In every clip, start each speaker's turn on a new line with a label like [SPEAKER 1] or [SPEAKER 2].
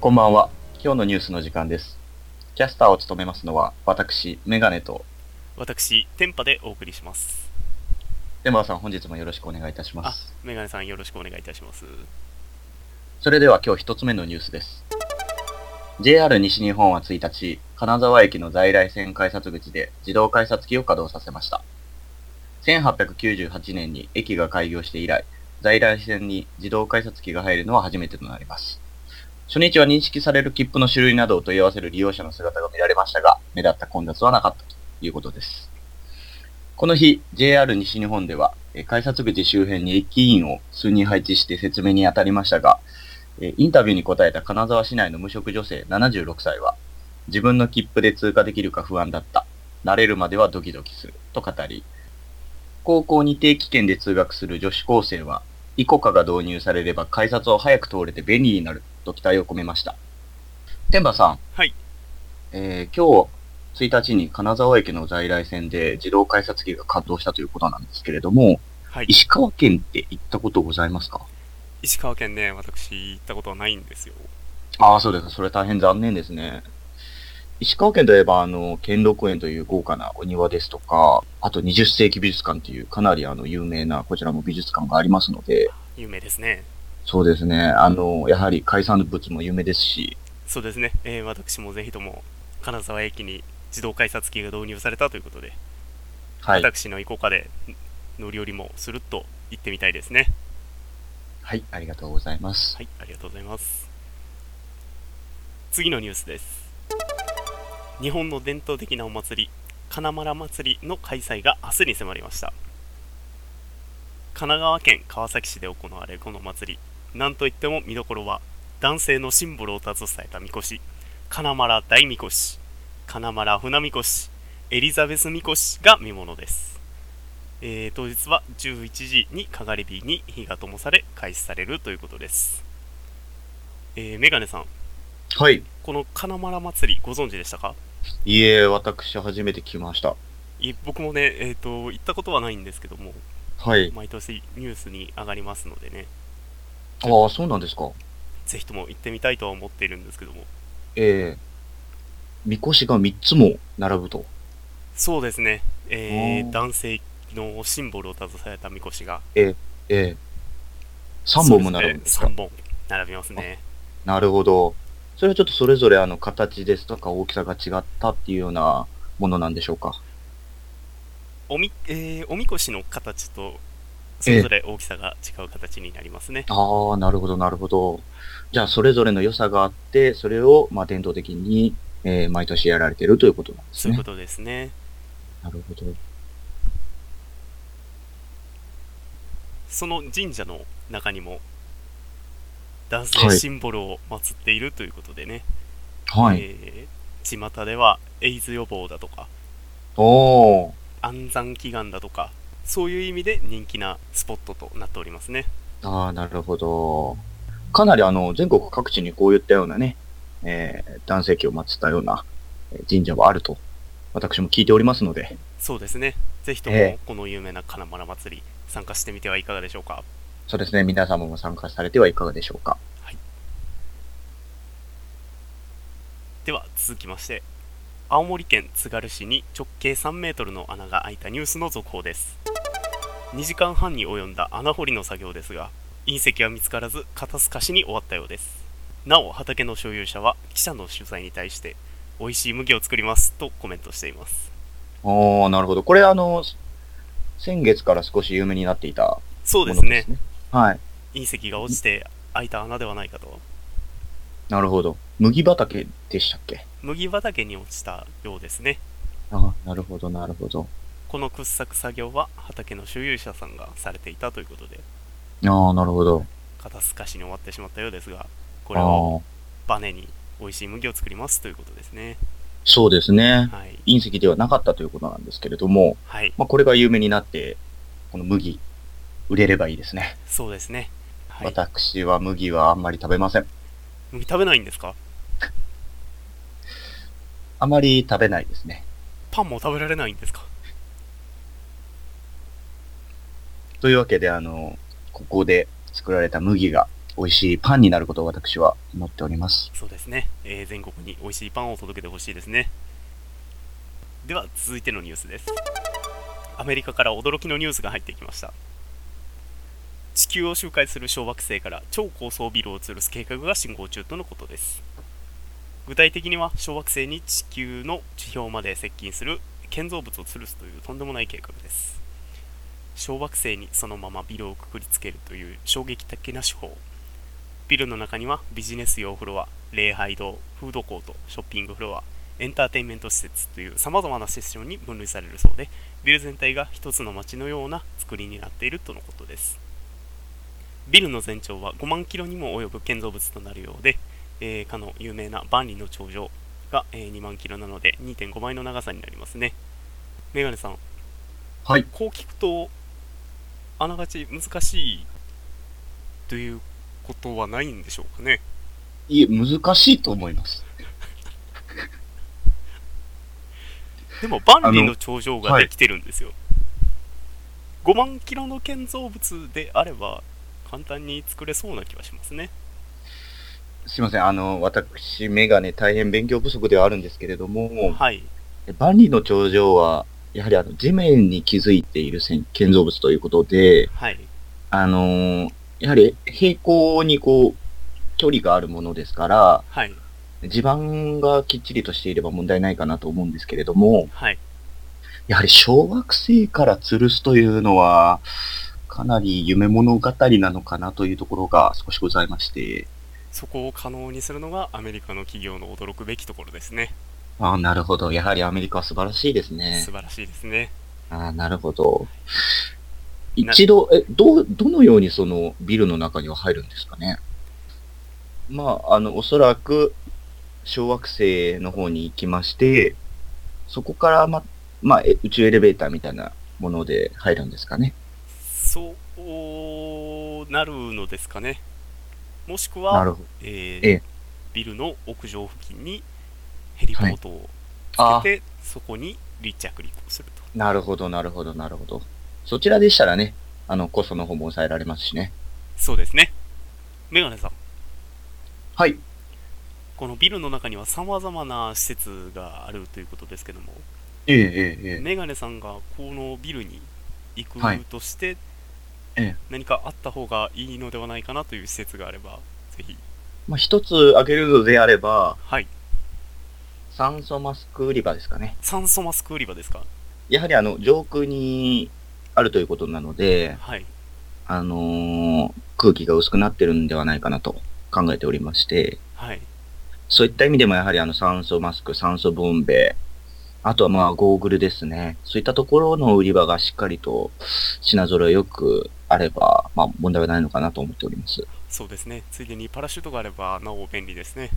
[SPEAKER 1] こんばんは。今日のニュースの時間です。キャスターを務めますのは、私、メガネと、
[SPEAKER 2] 私、テンパでお送りします。
[SPEAKER 1] デマーさん本日もよろしくお願いいたしま
[SPEAKER 2] あ
[SPEAKER 1] す。、
[SPEAKER 2] メガネさんよろしくお願いいたします。
[SPEAKER 1] それでは今日一つ目のニュースです。JR 西日本は1日、金沢駅の在来線改札口で自動改札機を稼働させました。1898年に駅が開業して以来、在来線に自動改札機が入るのは初めてとなります。初日は認識される切符の種類などを問い合わせる利用者の姿が見られましたが、目立った混雑はなかったということです。この日、JR 西日本では、え改札口周辺に駅員を数人配置して説明に当たりましたが、えーインタビューに答えた金沢市内の無職女性76歳は、自分の切符で通過できるか不安だった。慣れるまではドキドキする。と語り、高校に定期券で通学する女子高生は、イコカが導入されれば改札を早く通れて便利になると期待を込めました。天馬さん。
[SPEAKER 2] はい。
[SPEAKER 1] えー今日1日に金沢駅の在来線で自動改札機が稼働したということなんですけれども、
[SPEAKER 2] はい。
[SPEAKER 1] 石川県って行ったことございますか
[SPEAKER 2] 石川県ね、私行ったことはないんですよ。
[SPEAKER 1] ああ、そうですか。それ大変残念ですね。石川県といえば、あの、兼六園という豪華なお庭ですとか、あと20世紀美術館というかなりあの、有名なこちらも美術館がありますので、
[SPEAKER 2] 有名ですね。
[SPEAKER 1] そうですね。あの、やはり海産物も有名ですし、
[SPEAKER 2] そうですね。えー私もぜひとも、金沢駅に自動改札機が導入されたということで、
[SPEAKER 1] はい。
[SPEAKER 2] 私の行こうかで乗り降りもスルッと行ってみたいですね。
[SPEAKER 1] はい、ありがとうございます。
[SPEAKER 2] はい、ありがとうございます。次のニュースです。日本の伝統的なお祭り、金丸祭りの開催が明日に迫りました。神奈川県川崎市で行われるこの祭り、なんといっても見どころは、男性のシンボルを携えた神輿、金丸大神輿、金丸船神輿、エリザベス神輿が見ものです。えー当日は11時にかり火に火が灯され開始されるということです、えーメガネさん
[SPEAKER 1] はい。
[SPEAKER 2] この金丸祭りご存知でしたか
[SPEAKER 1] いえ、私初めて来ました。
[SPEAKER 2] い僕もね、えー、と行ったことはないんですけども
[SPEAKER 1] はい。
[SPEAKER 2] 毎年ニュースに上がりますのでね
[SPEAKER 1] ああ、そうなんですか。
[SPEAKER 2] ぜひとも行ってみたいとは思っているんですけども
[SPEAKER 1] ええみこしが3つも並ぶと。
[SPEAKER 2] そうですね、えー
[SPEAKER 1] おー
[SPEAKER 2] 男性のシンボルを携えたみこしが
[SPEAKER 1] ええ三3本も並ぶんですか
[SPEAKER 2] そうね三本並びますね
[SPEAKER 1] なるほど。それはちょっとそれぞれあの形ですとか大きさが違ったっていうようなものなんでしょうか。
[SPEAKER 2] おみ、えーおみこしの形とそれぞれ大きさが違う形になりますね、
[SPEAKER 1] ああ、なるほど、なるほど。じゃあ、それぞれの良さがあって、それをまあ伝統的に、えー毎年やられてるということなんです
[SPEAKER 2] そういう
[SPEAKER 1] ね
[SPEAKER 2] こ。とですね
[SPEAKER 1] なるほど。
[SPEAKER 2] その神社の中にも男
[SPEAKER 1] は
[SPEAKER 2] 性
[SPEAKER 1] い
[SPEAKER 2] シンボルを祀っているということでね、
[SPEAKER 1] はい。
[SPEAKER 2] えー巷ではエイズ予防だとか
[SPEAKER 1] おお
[SPEAKER 2] 安産祈願だとかそういう意味で人気なスポットとなっておりますね
[SPEAKER 1] ー。ああ、なるほど。かなりあの、全国各地にこういったようなね、えー男性器を祀ったようなえー神社はあると、私も聞いておりますので、
[SPEAKER 2] そうですねぜひと
[SPEAKER 1] ええ
[SPEAKER 2] もこの有名な金丸祭り参加してみてはいかがでしょうか
[SPEAKER 1] そうですね、皆様も参加されてはいかがでしょうか。
[SPEAKER 2] では続きまして青森県つがる市に直径3メートルの穴が開いたニュースの続報です2時間半に及んだ穴掘りの作業ですが隕石は見つからず肩透かしに終わったようですなお畑の所有者は記者の取材に対して美味しい麦を作りますとコメントしています
[SPEAKER 1] おー、なるほど。これ、あの、先月から少し有名になっていた
[SPEAKER 2] そう
[SPEAKER 1] もの
[SPEAKER 2] で
[SPEAKER 1] です
[SPEAKER 2] す
[SPEAKER 1] ね。
[SPEAKER 2] ね
[SPEAKER 1] はい。
[SPEAKER 2] 隕石が落ちて開いた穴ではないかと
[SPEAKER 1] なるほど。麦畑でしたっけ
[SPEAKER 2] 麦畑に落ちたようですね
[SPEAKER 1] あなるほど、なるほど。
[SPEAKER 2] この掘削作業は畑の所有者さんがされていたということで
[SPEAKER 1] ああ、なるほど。
[SPEAKER 2] 肩透かしに終わってしまったようですがこ
[SPEAKER 1] あ
[SPEAKER 2] れを
[SPEAKER 1] ー
[SPEAKER 2] バネに美味しい麦を作りますということですね
[SPEAKER 1] そうですね。
[SPEAKER 2] はい、
[SPEAKER 1] 隕石ではなかったということなんですけれども、
[SPEAKER 2] はい、
[SPEAKER 1] まあ、これが有名になって、この麦、売れればいいですね。
[SPEAKER 2] そうですねはい
[SPEAKER 1] 私は麦はあんまり食べません。
[SPEAKER 2] 麦食べないんですか
[SPEAKER 1] あまり食べないですね。
[SPEAKER 2] パンも食べられないんですか
[SPEAKER 1] というわけで、あの、ここで作られた麦が美味しいパンになることを私は祈っております。
[SPEAKER 2] そうですね、えー全国に美味しいパンを届けてほしいですねでは続いてのニュースですアメリカから驚きのニュースが入ってきました地球を周回する小惑星から超高層ビルを吊るす計画が進行中とのことです具体的には小惑星に地球の地表まで接近する建造物を吊るすというとんでもない計画です小惑星にそのままビルをくくりつけるという衝撃的な手法ビルの中にはビジネス用フロア、礼拝堂、フードコート、ショッピングフロア、エンターテインメント施設というさまざまなセッションに分類されるそうで、ビル全体が一つの街のような作りになっているとのことです。ビルの全長は5万キロにも及ぶ建造物となるようで、えーかの有名な万里の長城が、えー2万キロなので2.5倍の長さになりますね。メガネさん、
[SPEAKER 1] はい。
[SPEAKER 2] こう聞くと、あながち難しいということはないんでしょうかね。
[SPEAKER 1] いえ、難しいと思います。
[SPEAKER 2] でも、万
[SPEAKER 1] あ
[SPEAKER 2] 里
[SPEAKER 1] の
[SPEAKER 2] の頂上ができてるんですよ。5万キロの建造物であれば、簡単に作れそうな気はしますね。
[SPEAKER 1] すいません。あの、私、メガネ大変勉強不足ではあるんですけれども、
[SPEAKER 2] はい。
[SPEAKER 1] 万里の頂上は、やはりあの地面に築いている線建造物ということで、
[SPEAKER 2] はい。
[SPEAKER 1] あのーやはり平行にこう、距離があるものですから、
[SPEAKER 2] はい。
[SPEAKER 1] 地盤がきっちりとしていれば問題ないかなと思うんですけれども、
[SPEAKER 2] はい。
[SPEAKER 1] やはり小惑星から吊るすというのは、かなり夢物語なのかなというところが少しございまして、
[SPEAKER 2] そこを可能にするのがアメリカの企業の驚くべきところですね。
[SPEAKER 1] ああ、なるほど。やはりアメリカは素晴らしいですね
[SPEAKER 2] 素。晴らしいですね。
[SPEAKER 1] ああ、なるほど。
[SPEAKER 2] な
[SPEAKER 1] 一度、え、どう、どのようにそのビルの中には入るんですかね。まあ、あの、おそらく、小惑星の方に行きまして、そこから、ま、まあ、え宇宙エレベーターみたいなもので入るんですかね。
[SPEAKER 2] そうなるのですかね。もしく
[SPEAKER 1] な
[SPEAKER 2] は、
[SPEAKER 1] るほど。
[SPEAKER 2] えー
[SPEAKER 1] ええ
[SPEAKER 2] ビルの屋上付近にヘリポートをつけて、そこに離着陸をすると。
[SPEAKER 1] なるほど、なるほど、なるほど。そちらでしたらね、あの、コストの方も抑えられますしね。
[SPEAKER 2] そうですね。メガネさん、
[SPEAKER 1] はい。
[SPEAKER 2] このビルの中にはさまざまな施設があるということですけども、
[SPEAKER 1] ええ、ええ、ええ。
[SPEAKER 2] メガネさんがこのビルに行く
[SPEAKER 1] はい
[SPEAKER 2] として、
[SPEAKER 1] ええ
[SPEAKER 2] 何かあった方がいいのではないかなという施設があれば、ぜひ。
[SPEAKER 1] まあ、一つ挙げるのであれば、
[SPEAKER 2] はい。
[SPEAKER 1] 酸素マスク売り場ですかね。
[SPEAKER 2] 酸素マスク売り場ですか
[SPEAKER 1] やはりあの、上空にあるということなので、
[SPEAKER 2] はい。
[SPEAKER 1] あのー空気が薄くなってるんではないかなと考えておりまして、
[SPEAKER 2] はい。
[SPEAKER 1] そういった意味でもやはりあの、酸素マスク、酸素ボンベ、あとはまあ、ゴーグルですね。そういったところの売り場がしっかりと品揃えよくあれば、まあ、問題はないのかなと思っております。
[SPEAKER 2] そうですね。ついでにパラシュートがあれば、なお便利ですね。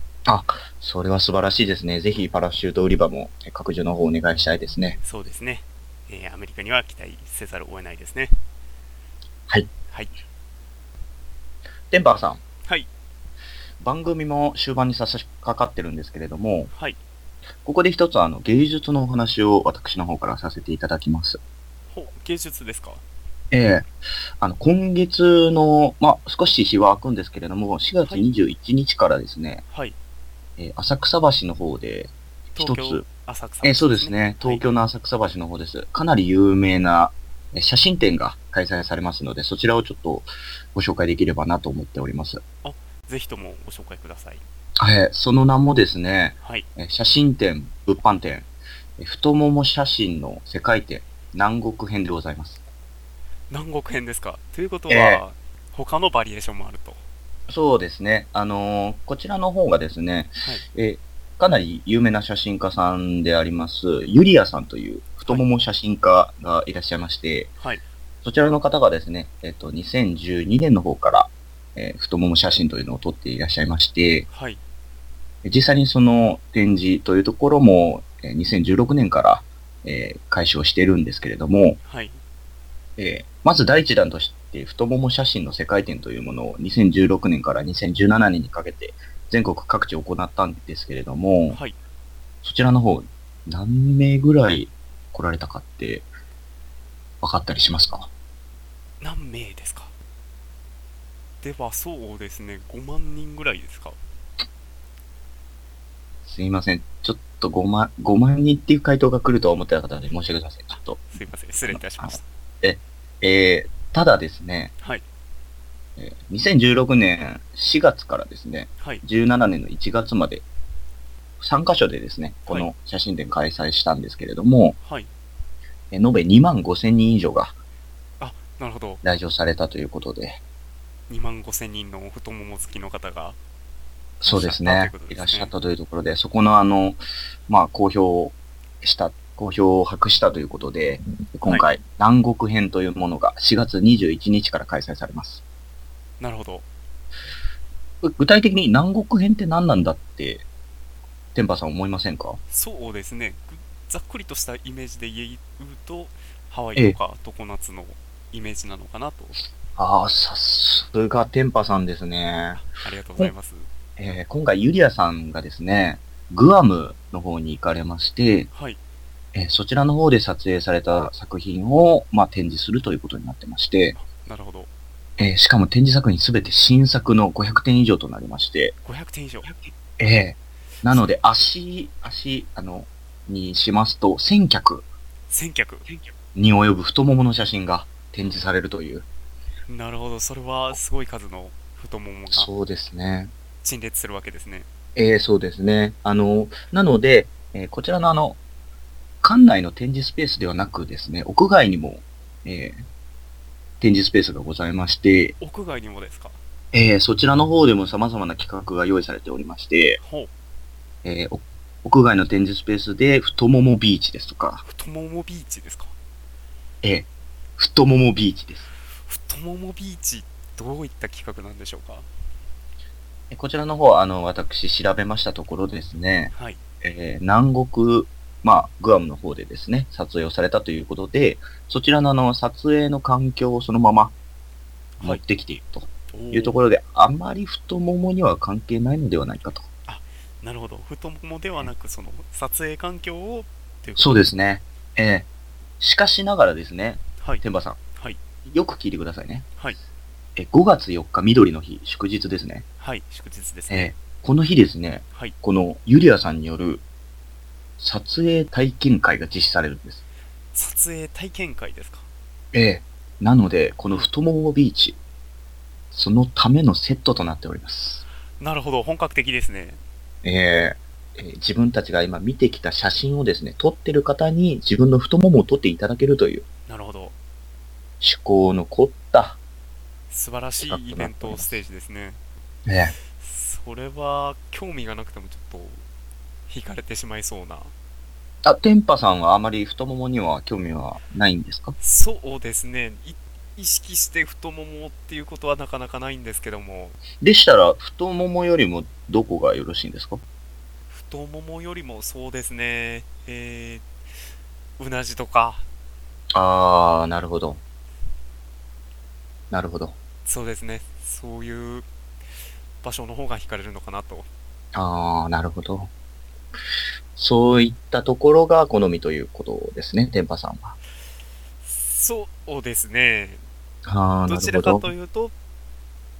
[SPEAKER 1] それは素晴らしいですね。ぜひパラシュート売り場も拡充の方お願いしたいですね。
[SPEAKER 2] そうですね、えーアメリカには期待せざるを得ないですね。
[SPEAKER 1] はい。
[SPEAKER 2] はい。
[SPEAKER 1] テンパーさん。
[SPEAKER 2] はい。
[SPEAKER 1] 番組も終盤に差し掛かってるんですけれども、
[SPEAKER 2] はい。
[SPEAKER 1] ここで一つあの芸術のお話を私の方からさせていただきます。
[SPEAKER 2] ほ芸術ですか
[SPEAKER 1] ええあの、今月の、まあ、少し日は空くんですけれども、4月
[SPEAKER 2] はい
[SPEAKER 1] 21日からですね、
[SPEAKER 2] はい。
[SPEAKER 1] えー浅草橋の方で、一
[SPEAKER 2] 東
[SPEAKER 1] つ
[SPEAKER 2] 京、浅草、
[SPEAKER 1] えーそうです。ね、東京の浅草橋の方です。かなり有名なえー写真展が開催されますので、そちらをちょっとご紹介できればなと思っております。
[SPEAKER 2] ぜひともご紹介ください。
[SPEAKER 1] えーその名もですね、
[SPEAKER 2] はい。
[SPEAKER 1] えー写真展、物販展、えー太もも写真の世界展、南国編でございます。
[SPEAKER 2] 南国編ですか。ということは、
[SPEAKER 1] え
[SPEAKER 2] 他のバリエーションもあると。
[SPEAKER 1] そうですね。あのーこちらの方がですね、
[SPEAKER 2] はい
[SPEAKER 1] えーかなり有名な写真家さんであります、ユリアさんという太もも写真家がいらっしゃいまして、
[SPEAKER 2] はい。
[SPEAKER 1] そちらの方がですね、えっ、と、2012年の方から、えー太もも写真というのを撮っていらっしゃいまして、
[SPEAKER 2] はい。
[SPEAKER 1] 実際にその展示というところも、えー2016年から、えー開始をしているんですけれども、
[SPEAKER 2] はい。
[SPEAKER 1] えーまず第一弾として、太もも写真の世界展というものを2016年から2017年にかけて全国各地行ったんですけれども、
[SPEAKER 2] はい。
[SPEAKER 1] そちらの方、何名ぐらい来られたかって分かったりしますか
[SPEAKER 2] 何名ですかではそうですね、5万人ぐらいですか。
[SPEAKER 1] すいません。ちょっと5万、5万人っていう回答が来るとは思ってなかったので、申し訳ございません。ちょっと。
[SPEAKER 2] すいません、失礼いたしました。
[SPEAKER 1] えー、ただですね、
[SPEAKER 2] はい。
[SPEAKER 1] えー2016年4月からですね、
[SPEAKER 2] はい。
[SPEAKER 1] 17年の1月まで、3カ所でですね、こ
[SPEAKER 2] は
[SPEAKER 1] の写真展開催したんですけれども、
[SPEAKER 2] はい。
[SPEAKER 1] えー延べ2万5千人以上が
[SPEAKER 2] なるほど。
[SPEAKER 1] 来場されたということで、
[SPEAKER 2] 2万5千人のお太もも付きの方が、
[SPEAKER 1] そうです
[SPEAKER 2] いらっしゃったとい
[SPEAKER 1] ね
[SPEAKER 2] うことです。ね
[SPEAKER 1] いらっしゃったというところで、そこのあの、まあ、公表した、公表を博したということで、今回、南国編というものが4月21日から開催されます。
[SPEAKER 2] なるほど。
[SPEAKER 1] う具体的に南国編って何なんだって、天パさん思いませんか
[SPEAKER 2] そうですね、ぐざっくりとしたイメージで言うと、ハワイとか常夏のイメージなのかなと。
[SPEAKER 1] ああ、さすが天パさんですね。
[SPEAKER 2] ありがとうございます。
[SPEAKER 1] えー今回ユリアさんがですね、グアムの方に行かれまして、
[SPEAKER 2] はい。
[SPEAKER 1] えーそちらの方で撮影された作品を、まあ、展示するということになってまして、
[SPEAKER 2] なるほど。
[SPEAKER 1] えーしかも展示作品すべて新作の500点以上となりまして、
[SPEAKER 2] 500点以上。
[SPEAKER 1] えーなので足、足、あの、にしますと、1000脚
[SPEAKER 2] 1000脚。
[SPEAKER 1] に及ぶ太ももの写真が展示されるという。
[SPEAKER 2] なるほど。それはすごい数の太ももが
[SPEAKER 1] そうですね。
[SPEAKER 2] 陳列するわけですね。
[SPEAKER 1] えーそうですね。あの、なので、えーこちらのあの、館内の展示スペースではなくですね、屋外にも、えー展示スペースがございまして、
[SPEAKER 2] 屋外にもですか。
[SPEAKER 1] えーそちらの方でも様々な企画が用意されておりまして、
[SPEAKER 2] ほう。
[SPEAKER 1] えーお屋外の展示スペースで、太ももビーチですとか、
[SPEAKER 2] 太ももビーチですか。
[SPEAKER 1] えー太ももビーチです。
[SPEAKER 2] 太ももビーチ、どういった企画なんでしょうか。
[SPEAKER 1] えーこちらの方、あの、私調べましたところですね、
[SPEAKER 2] はい。
[SPEAKER 1] えー南国、まあ、グアムの方でですね、撮影をされたということで、そちらのあの撮影の環境をそのまま
[SPEAKER 2] い
[SPEAKER 1] 持ってきていると
[SPEAKER 2] お
[SPEAKER 1] いうと
[SPEAKER 2] ー
[SPEAKER 1] ころで、あまり太ももには関係ないのではないかと。
[SPEAKER 2] なるほど。太ももではなく、その撮影環境をということ
[SPEAKER 1] そうですね。えーしかしながらですね、
[SPEAKER 2] はい。
[SPEAKER 1] 天馬さん。
[SPEAKER 2] はい
[SPEAKER 1] よく聞いてくださいね。
[SPEAKER 2] はい
[SPEAKER 1] えー5月4日、緑の日、祝日ですね。
[SPEAKER 2] はい。祝日ですね。
[SPEAKER 1] えーこの日ですね、
[SPEAKER 2] はい。
[SPEAKER 1] このユリアさんによる撮影体験会が実施されるんです。
[SPEAKER 2] 撮影体験会ですか
[SPEAKER 1] ええ。なので、この太ももビーチ、そのためのセットとなっております。
[SPEAKER 2] なるほど本格的ですね
[SPEAKER 1] ええええ自分たちが今見てきた写真をですね、撮ってる方に自分の太ももを撮っていただけるという
[SPEAKER 2] なるほど
[SPEAKER 1] 趣向の凝った、
[SPEAKER 2] 素晴らしいイベントステージですね
[SPEAKER 1] ええ
[SPEAKER 2] それは興味がなくてもちょっと惹かれてしまいそうな
[SPEAKER 1] あ、天パさんはあまり太ももには興味はないんですか
[SPEAKER 2] そうですねい意識して太ももっていうことはなかなかないんですけども
[SPEAKER 1] でしたら、太ももよりもどこがよろしいんですか
[SPEAKER 2] 太ももよりもそうですねえー、うなじとか
[SPEAKER 1] あー、なるほど。なるほど。
[SPEAKER 2] そうですねそういう場所の方が惹かれるのかなと
[SPEAKER 1] ああ、なるほど。そういったところが好みということですね、天パさんは。
[SPEAKER 2] そうですね
[SPEAKER 1] ああ、な
[SPEAKER 2] どちら
[SPEAKER 1] る
[SPEAKER 2] か
[SPEAKER 1] ほ
[SPEAKER 2] と
[SPEAKER 1] ど。
[SPEAKER 2] いうと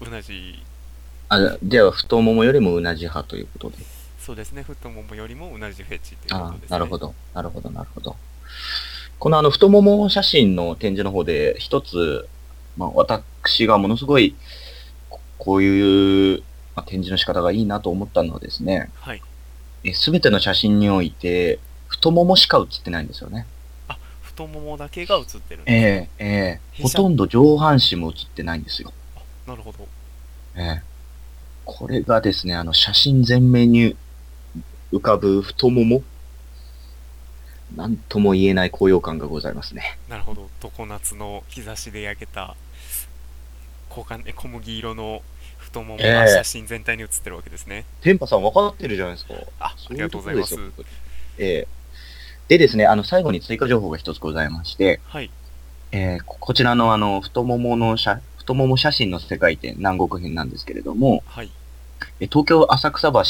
[SPEAKER 2] うなじ
[SPEAKER 1] あでは、太ももよりもうなじ派ということで。
[SPEAKER 2] そうですね、太ももよりもうなじフェチっていうこと
[SPEAKER 1] あ
[SPEAKER 2] です、ね
[SPEAKER 1] あ、。なるほ。ど。なるほど、なるほど。このあの、太もも写真の展示の方で、一つ、まあ、私がものすごい、ここういう、まあ、展示の仕方がいいなと思ったのはですね、
[SPEAKER 2] はい。
[SPEAKER 1] すべての写真において、太ももしか写ってないんですよね。
[SPEAKER 2] 太ももだけが映ってるんです。
[SPEAKER 1] ええええ
[SPEAKER 2] 弊
[SPEAKER 1] ほ
[SPEAKER 2] 社
[SPEAKER 1] とんど上半身も写ってないんですよ。
[SPEAKER 2] あなるほど。
[SPEAKER 1] ええこれがですね、あの、写真全面に浮かぶ太もも、なんとも言えない高揚感がございますね。
[SPEAKER 2] なるほど。常夏の日差しで焼けた、こうかね、小麦色の太もも
[SPEAKER 1] え
[SPEAKER 2] が
[SPEAKER 1] え
[SPEAKER 2] 写真全体に写ってるわけですね。
[SPEAKER 1] 天パさん分かってるじゃないですか。
[SPEAKER 2] あ、あ
[SPEAKER 1] そう
[SPEAKER 2] り
[SPEAKER 1] い
[SPEAKER 2] が
[SPEAKER 1] う
[SPEAKER 2] と
[SPEAKER 1] と
[SPEAKER 2] うご
[SPEAKER 1] こ
[SPEAKER 2] ざ
[SPEAKER 1] ろ
[SPEAKER 2] い
[SPEAKER 1] で
[SPEAKER 2] ますす
[SPEAKER 1] よ。。ええでですね、あの、最後に追加情報が一つございまして、
[SPEAKER 2] はい。
[SPEAKER 1] ええここちらのあの、太ももの写、太もも写真の世界展、南国編なんですけれども、
[SPEAKER 2] はい。
[SPEAKER 1] え東京浅草橋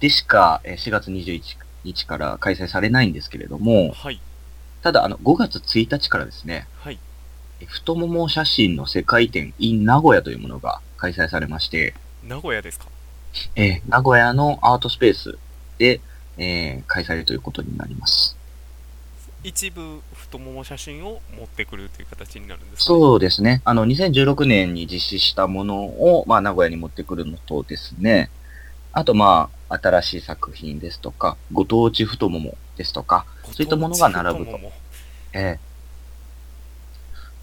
[SPEAKER 1] でしかえー4月21日から開催されないんですけれども、
[SPEAKER 2] はい。
[SPEAKER 1] ただあの5月1日からですね、
[SPEAKER 2] はい。
[SPEAKER 1] 太もも写真の世界展 in 名古屋というものが開催されまして、
[SPEAKER 2] 名古屋ですか
[SPEAKER 1] えー名古屋のアートスペースで、えー開催ということになります。
[SPEAKER 2] 一部太もも写真を持ってくるという形になるんですかね、
[SPEAKER 1] そうですね。あの、2016年に実施したものを、まあ、名古屋に持ってくるのとですね、あと、まあ、新しい作品ですとか、ご当地太ももですとか、
[SPEAKER 2] ご当地
[SPEAKER 1] そういったものが並ぶと
[SPEAKER 2] 太もも
[SPEAKER 1] ええ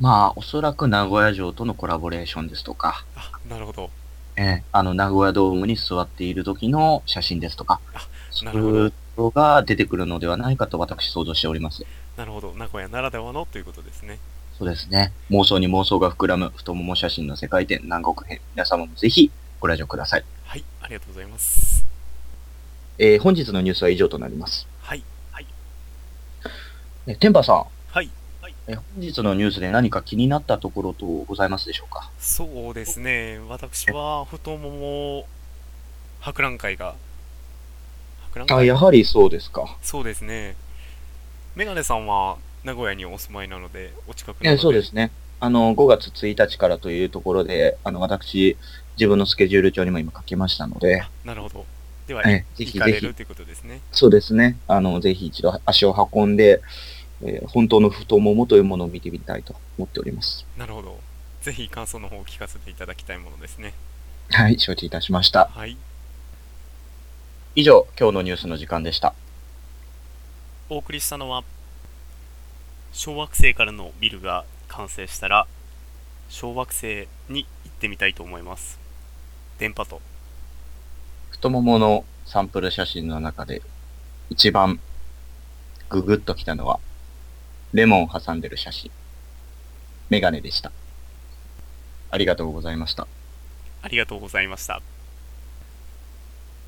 [SPEAKER 1] まあ、おそらく名古屋城とのコラボレーションですとか、
[SPEAKER 2] あなるほど
[SPEAKER 1] ええあの、名古屋ドームに座っている時の写真ですとか、
[SPEAKER 2] あ
[SPEAKER 1] そう
[SPEAKER 2] ないるほど
[SPEAKER 1] うのが出てくるのではないかと私想像しております。
[SPEAKER 2] なるほど名古屋ならではのということですね
[SPEAKER 1] そうですね。妄想に妄想が膨らむ太もも写真の世界展南国編。皆様もぜひご来場ください。
[SPEAKER 2] はいありがとうございます
[SPEAKER 1] えー本日のニュースは以上となります。
[SPEAKER 2] はい
[SPEAKER 1] え天パさん、
[SPEAKER 2] はい
[SPEAKER 1] えー本日のニュースで何か気になったところとございますでしょうか
[SPEAKER 2] そうですね私は太もも博覧会が博覧
[SPEAKER 1] あ、
[SPEAKER 2] 会
[SPEAKER 1] やはりそうですか。
[SPEAKER 2] そうですねメガネさんは名古屋にお住まいなのでお近くなの
[SPEAKER 1] え
[SPEAKER 2] で
[SPEAKER 1] そうですね。あの、5月1日からというところで、あの、私、自分のスケジュール帳にも今書きましたので、
[SPEAKER 2] あなるほどでは、
[SPEAKER 1] えぜ
[SPEAKER 2] 行
[SPEAKER 1] ひ
[SPEAKER 2] か
[SPEAKER 1] ぜ
[SPEAKER 2] れ
[SPEAKER 1] ひ
[SPEAKER 2] るということですね
[SPEAKER 1] そうですね。あの、ぜひ一度足を運んで、えー本当の太ももというものを見てみたいと思っております。
[SPEAKER 2] なるほどぜひ感想の方を聞かせていただきたいものですね
[SPEAKER 1] はい、承知いたしました。
[SPEAKER 2] はい
[SPEAKER 1] 以上、今日のニュースの時間でした。
[SPEAKER 2] お送りしたのは小惑星からのビルが完成したら小惑星に行ってみたいと思います電波と
[SPEAKER 1] 太もものサンプル写真の中で、一番ググッときたのは、レモン挟んでる写真。メガネでした。ありがとうございました。
[SPEAKER 2] ありがとうございました